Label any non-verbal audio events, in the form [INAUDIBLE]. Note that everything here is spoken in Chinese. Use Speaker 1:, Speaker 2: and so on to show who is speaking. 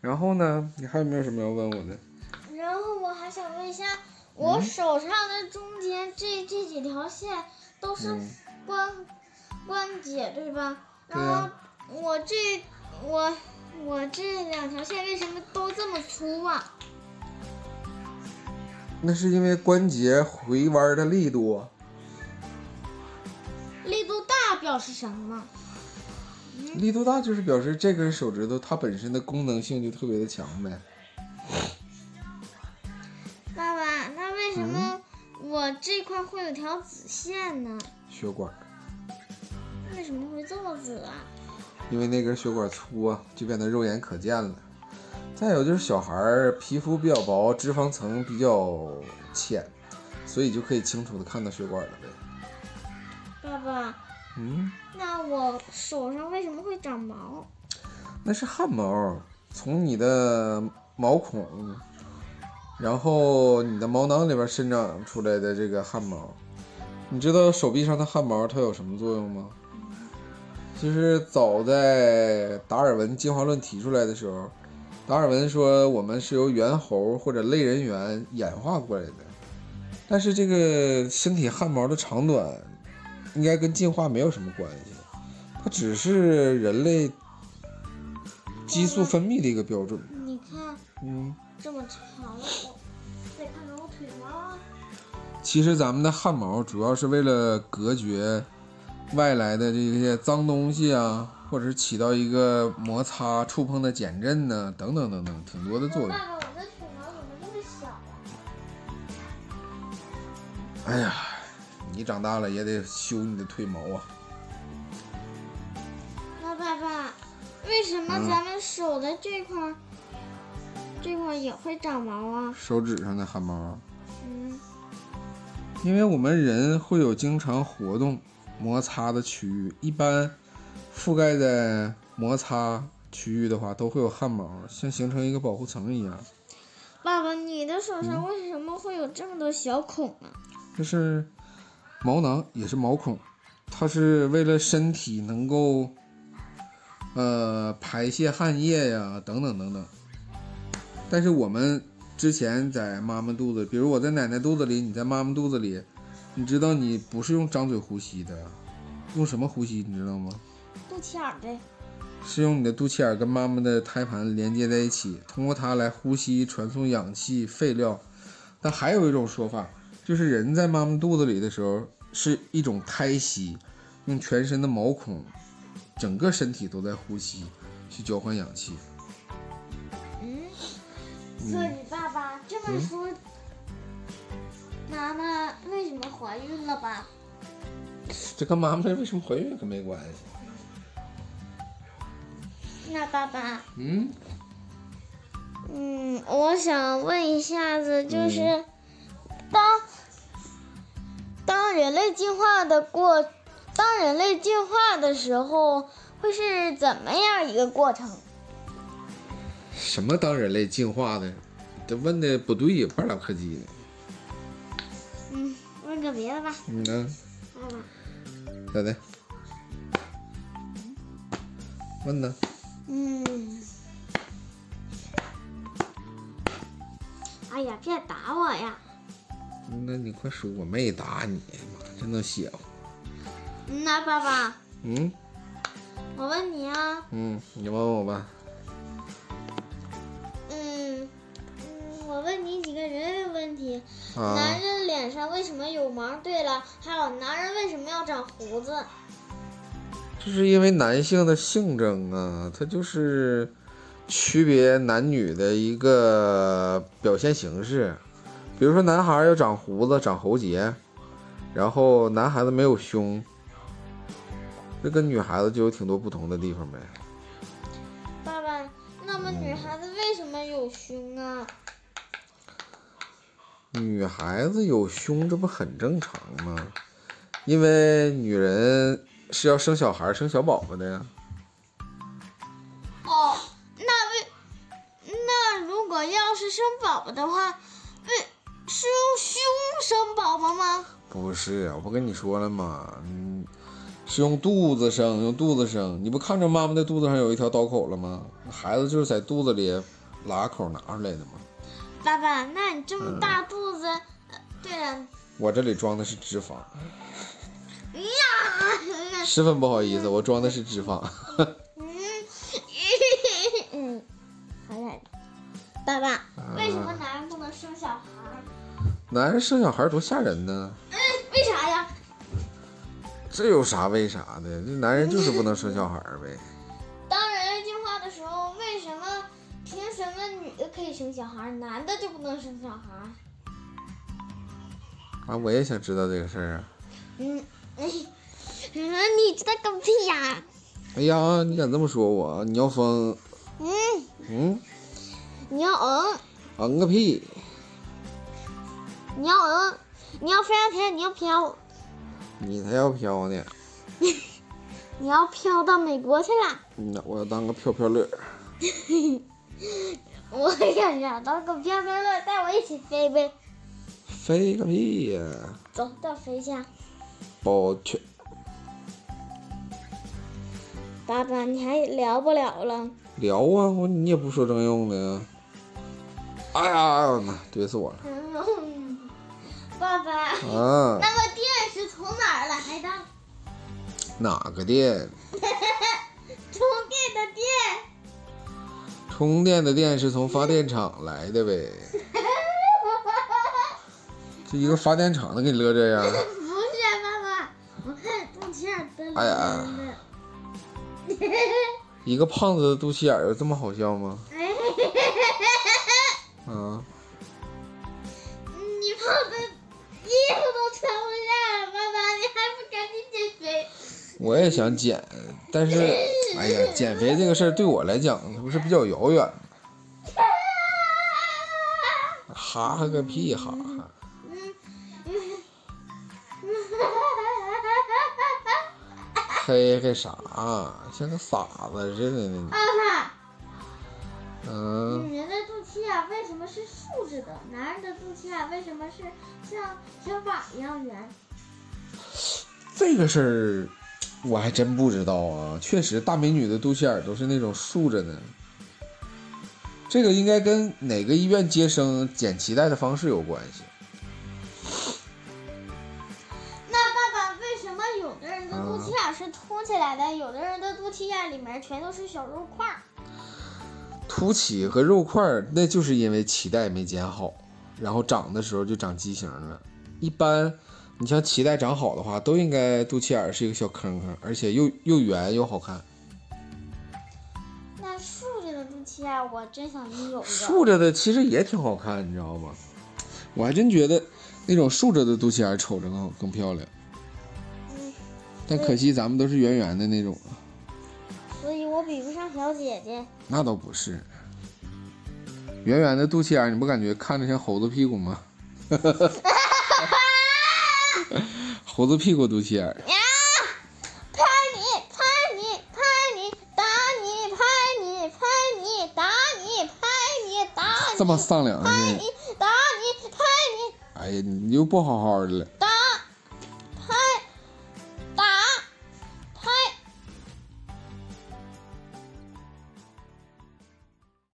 Speaker 1: 然后呢，你还有没有什么要问我的？
Speaker 2: 然后我还想问一
Speaker 1: 嗯
Speaker 2: 下，我手上的中间这这几条线都是
Speaker 1: 嗯
Speaker 2: 关、关节对吧？
Speaker 1: 对
Speaker 2: 然
Speaker 1: 啊
Speaker 2: 后我这我我这两条线为什么都这么粗啊？
Speaker 1: 那是因为关节回弯的力度，啊
Speaker 2: 力度大表示什么？
Speaker 1: 力度大就是表示这根手指头它本身的功能性就特别的强呗。
Speaker 2: 爸爸，那为什么
Speaker 1: 嗯
Speaker 2: 我这块会有条紫线呢？
Speaker 1: 血管，
Speaker 2: 为什么会这么紫啊？
Speaker 1: 因为那根血管粗啊，就变得肉眼可见了。再有就是小孩儿皮肤比较薄，脂肪层比较浅，所以就可以清楚的看到血管了呗。
Speaker 2: 爸爸，
Speaker 1: 嗯，
Speaker 2: 那我手上为什么会长毛？
Speaker 1: 那是汗毛，从你的毛孔，然后你的毛囊里边生长出来的这个汗毛。你知道手臂上的汗毛它有什么作用吗？就是早在达尔文进化论提出来的时候，达尔文说我们是由猿猴或者类人猿演化过来的，但是这个身体汗毛的长短应该跟进化没有什么关系，它只是人类激素分泌的一个标准。
Speaker 2: 你看
Speaker 1: 嗯，
Speaker 2: 这么长，我再看看我腿毛。
Speaker 1: 其实咱们的汗毛主要是为了隔绝外来的这些脏东西啊，或者是起到一个摩擦、触碰的减震呢、等等等等，挺多的作用。
Speaker 2: 爸爸，我的腿毛怎么这么小啊？
Speaker 1: 哎呀，你长大了也得修你的腿毛啊。
Speaker 2: 那爸爸，为什么
Speaker 1: 嗯
Speaker 2: 咱们手的这块儿、这块儿也会长毛啊？
Speaker 1: 手指上的汗毛，啊
Speaker 2: 嗯，
Speaker 1: 因为我们人会有经常活动摩擦的区域，一般覆盖在摩擦区域的话，都会有汗毛，像形成一个保护层一样。
Speaker 2: 爸爸，你的手
Speaker 1: 嗯
Speaker 2: 上为什么会有这么多小孔啊？
Speaker 1: 这是毛囊，也是毛孔，它是为了身体能够呃排泄汗液呀，等等等等。但是我们之前在妈妈肚子，比如我在奶奶肚子里，你在妈妈肚子里，你知道你不是用张嘴呼吸的，用什么呼吸你知道吗？
Speaker 2: 肚脐眼儿呗。
Speaker 1: 是用你的肚脐眼跟妈妈的胎盘连接在一起，通过它来呼吸、传送氧气、废料。但还有一种说法，就是人在妈妈肚子里的时候是一种胎息，用全身的毛孔，整个身体都在呼吸，去交换氧气。
Speaker 2: 嗯，所以爸爸这
Speaker 1: 嗯
Speaker 2: 么说，妈妈为什么怀孕了吧？
Speaker 1: 这跟妈妈为什么怀孕可没关系。
Speaker 2: 那爸爸，
Speaker 1: 嗯，
Speaker 2: 嗯，我想问一下子，就
Speaker 1: 嗯
Speaker 2: 是、当当人类进化的过，当人类进化的时候，会是怎么样一个过程？
Speaker 1: 什么当人类进化的？这问的不对，半拉不叽的。
Speaker 2: 嗯，问个别的吧，
Speaker 1: 你呢？
Speaker 2: 爸爸。
Speaker 1: 嗯啊咋的？问呢？
Speaker 2: 嗯，哎呀，别打我呀！
Speaker 1: 那你快说，我没打你，妈真能邪乎。
Speaker 2: 嗯那爸爸，
Speaker 1: 嗯
Speaker 2: 我问你啊，
Speaker 1: 嗯，你问我吧。
Speaker 2: 嗯嗯，我问你几个人类问题。
Speaker 1: 啊
Speaker 2: 男，人脸上为什么有毛？对了，还有男人为什么要长胡子？
Speaker 1: 这是因为男性的性征啊，它就是区别男女的一个表现形式。比如说，男孩要长胡子、长喉结，然后男孩子没有胸，这跟女孩子就有挺多不同的地方呗。
Speaker 2: 爸爸，那么女孩子为什么有胸啊？
Speaker 1: 女孩子有胸，这不很正常吗？因为女人是要生小孩儿、生小宝宝的呀。
Speaker 2: 哦，那为那如果要是生宝宝的话，为是用胸生宝宝吗？
Speaker 1: 啊不是，我不跟你说了吗？嗯，是用肚子生，用肚子生。你不看着妈妈的肚子上有一条刀口了吗？孩子就是在肚子里拉口拿出来的嘛。
Speaker 2: 爸爸，那你这么大肚子，呃对了， [LAUGHS]
Speaker 1: 我这里装的是脂肪，
Speaker 2: 呀，
Speaker 1: 十分不好意思，我装的是脂肪。 [LAUGHS]
Speaker 2: 嗯，嗯，好点。爸爸，为什么男人不能生小孩儿？
Speaker 1: 男人生小孩多吓人呢，
Speaker 2: 为啥呀？
Speaker 1: 这有啥为啥的？这男人就是不能生小孩儿呗。
Speaker 2: 当人类进化的时候，为什么凭什么女的可以生小孩儿，男的就不能生小孩儿？
Speaker 1: 啊，我也想知道这个事儿啊。
Speaker 2: 嗯， [LAUGHS] 哎，嗯，你知道个屁呀！
Speaker 1: 哎呀，你敢这么说我？你要疯？
Speaker 2: 嗯，
Speaker 1: 嗯，
Speaker 2: 你要嗯，
Speaker 1: 嗯个屁！
Speaker 2: 你要嗯，你要飞上天，你要飘，
Speaker 1: 你才要飘呢！
Speaker 2: 你要飘到美国去了。
Speaker 1: 嗯呐，我要当个飘飘乐。
Speaker 2: 我也想当个飘飘乐，带我一起飞呗。
Speaker 1: 飞个屁呀、
Speaker 2: 走，带我飞一下。
Speaker 1: 抱歉，
Speaker 2: 爸爸，你还聊不了了。
Speaker 1: 聊啊！我你也不说正用的呀。哎呀，妈怼死我了
Speaker 2: 嗯爸爸，
Speaker 1: 啊！
Speaker 2: 那个电是从哪儿来的？
Speaker 1: 哪个电？
Speaker 2: 充电的电。
Speaker 1: 充电的电是从发电厂来的呗？这一个发电厂能给你乐这样？
Speaker 2: 不是爸爸，我看肚脐眼噔噔
Speaker 1: 哎呀
Speaker 2: 噔。
Speaker 1: 一个胖子的肚脐眼儿有这么好笑吗？
Speaker 2: 哎
Speaker 1: 啊，
Speaker 2: 你胖的衣服都穿不下了，爸爸，你还不赶紧减肥？
Speaker 1: 我也想减，但是，哎呀，减肥这个事儿对我来讲不是比较遥远吗哈哈个屁哈哈！嘿嘿啥？像个傻子似的呢。
Speaker 2: 爸爸，
Speaker 1: 嗯，
Speaker 2: 女人的肚脐眼为什么是竖着的？男人的肚脐眼为什么是像小碗一样圆？
Speaker 1: 这个事儿我还真不知道啊。确实，大美女的肚脐眼儿都是那种竖着的。这个应该跟哪个医院接生剪脐带的方式有关系。
Speaker 2: 那爸爸，为什么有的人的肚脐眼是凸起来的，有的人的肚脐眼里面全都是小肉块儿？
Speaker 1: 凸起和肉块儿，那就是因为脐带没剪好，然后长的时候就长畸形了。一般，你像脐带长好的话，都应该肚脐眼儿是一个小坑坑，而且又又圆又好看。
Speaker 2: 那竖着的肚脐眼，我真想拥有一个。
Speaker 1: 竖着的其实也挺好看，你知道吗？我还真觉得那种竖着的肚脐眼儿瞅着更更漂亮。
Speaker 2: 嗯，
Speaker 1: 但可惜咱们都是圆圆的那种，
Speaker 2: 所以我比不上小姐姐。
Speaker 1: 那倒不是。圆圆的肚脐眼儿，你不感觉看着像猴子屁股吗？ [LAUGHS] 猴子屁股肚脐眼儿。
Speaker 2: 呀！拍你，拍你，拍你，打你，拍你，拍你，打你，拍你，打你，
Speaker 1: 这么丧良
Speaker 2: 拍
Speaker 1: 心，
Speaker 2: 你，打你，拍你，
Speaker 1: 哎呀，你又不好好的了。